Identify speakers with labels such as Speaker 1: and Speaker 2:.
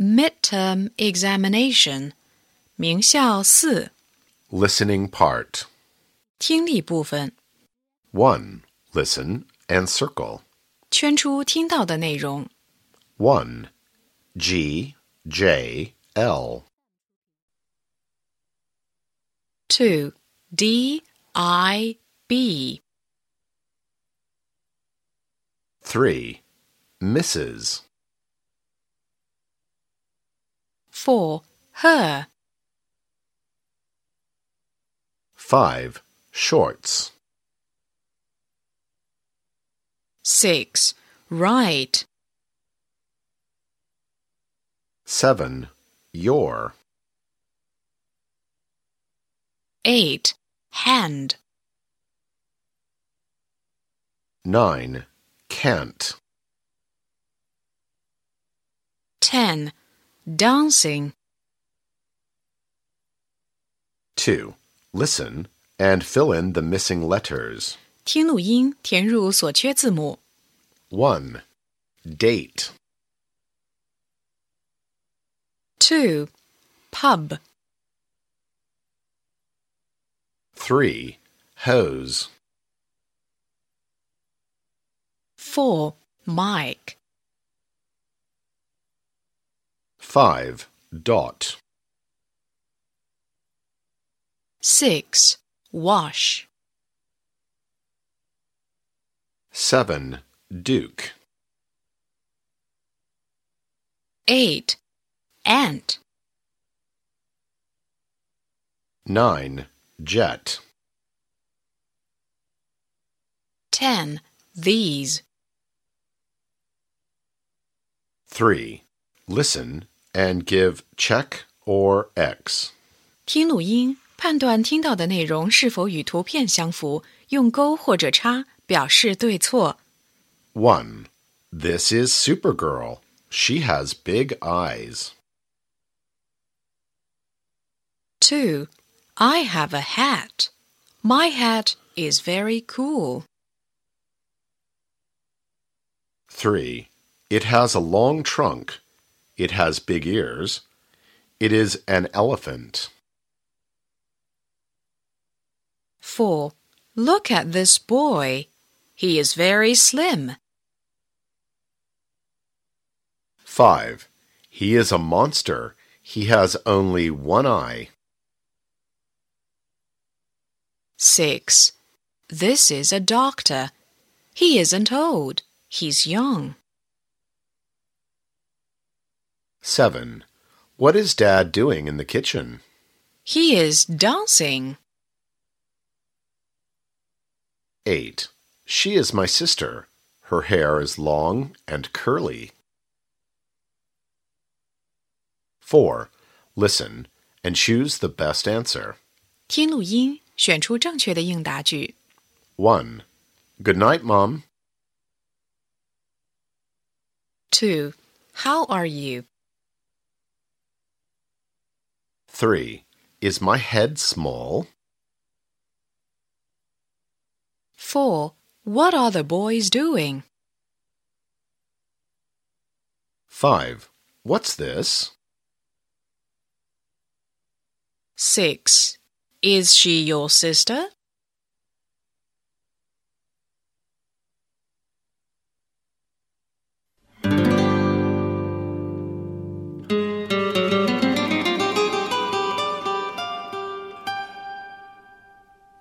Speaker 1: Midterm examination 名校四
Speaker 2: Listening part.
Speaker 1: 听力部分，
Speaker 2: 1. Listen and circle.
Speaker 1: 圈出听到的内容。
Speaker 2: 1. G, J, L.
Speaker 1: Two D I B
Speaker 2: 3. Mrs.
Speaker 1: four her
Speaker 2: 5. Shorts.
Speaker 1: six right
Speaker 2: 7. Your.
Speaker 1: eight hand
Speaker 2: 9. Can't.
Speaker 1: ten dancing
Speaker 2: 2. Listen and fill in the missing letters.
Speaker 1: 听录音，填入所缺字母。
Speaker 2: 1. Date.
Speaker 1: Two pub
Speaker 2: 3. Hose.
Speaker 1: four mic
Speaker 2: Five dot
Speaker 1: six wash
Speaker 2: seven Duke
Speaker 1: eight ant
Speaker 2: nine jet
Speaker 1: ten these
Speaker 2: three. Listen and give check or X.
Speaker 1: 听录音，判断听到的内容是否与图片相符，用勾或者叉表示对错。
Speaker 2: One. This is Supergirl. She has big eyes.
Speaker 1: Two, I have a hat. My hat is very cool.
Speaker 2: Three. It has a long trunk. It has big ears. It is an elephant.
Speaker 1: Four, look at this boy. He is very slim.
Speaker 2: Five. He is a monster. He has only one eye.
Speaker 1: Six, this is a doctor. He isn't old. He's young.
Speaker 2: Seven. What is Dad doing in the kitchen?
Speaker 1: He is dancing.
Speaker 2: Eight. She is my sister. Her hair is long and curly. Four. Listen and choose the best answer.
Speaker 1: 听录音，选出正确的应答句。
Speaker 2: One. Good night, Mom.
Speaker 1: Two, how are you?
Speaker 2: Three. Is my head small?
Speaker 1: Four, what are the boys doing?
Speaker 2: Five. What's this?
Speaker 1: Six, is she your sister?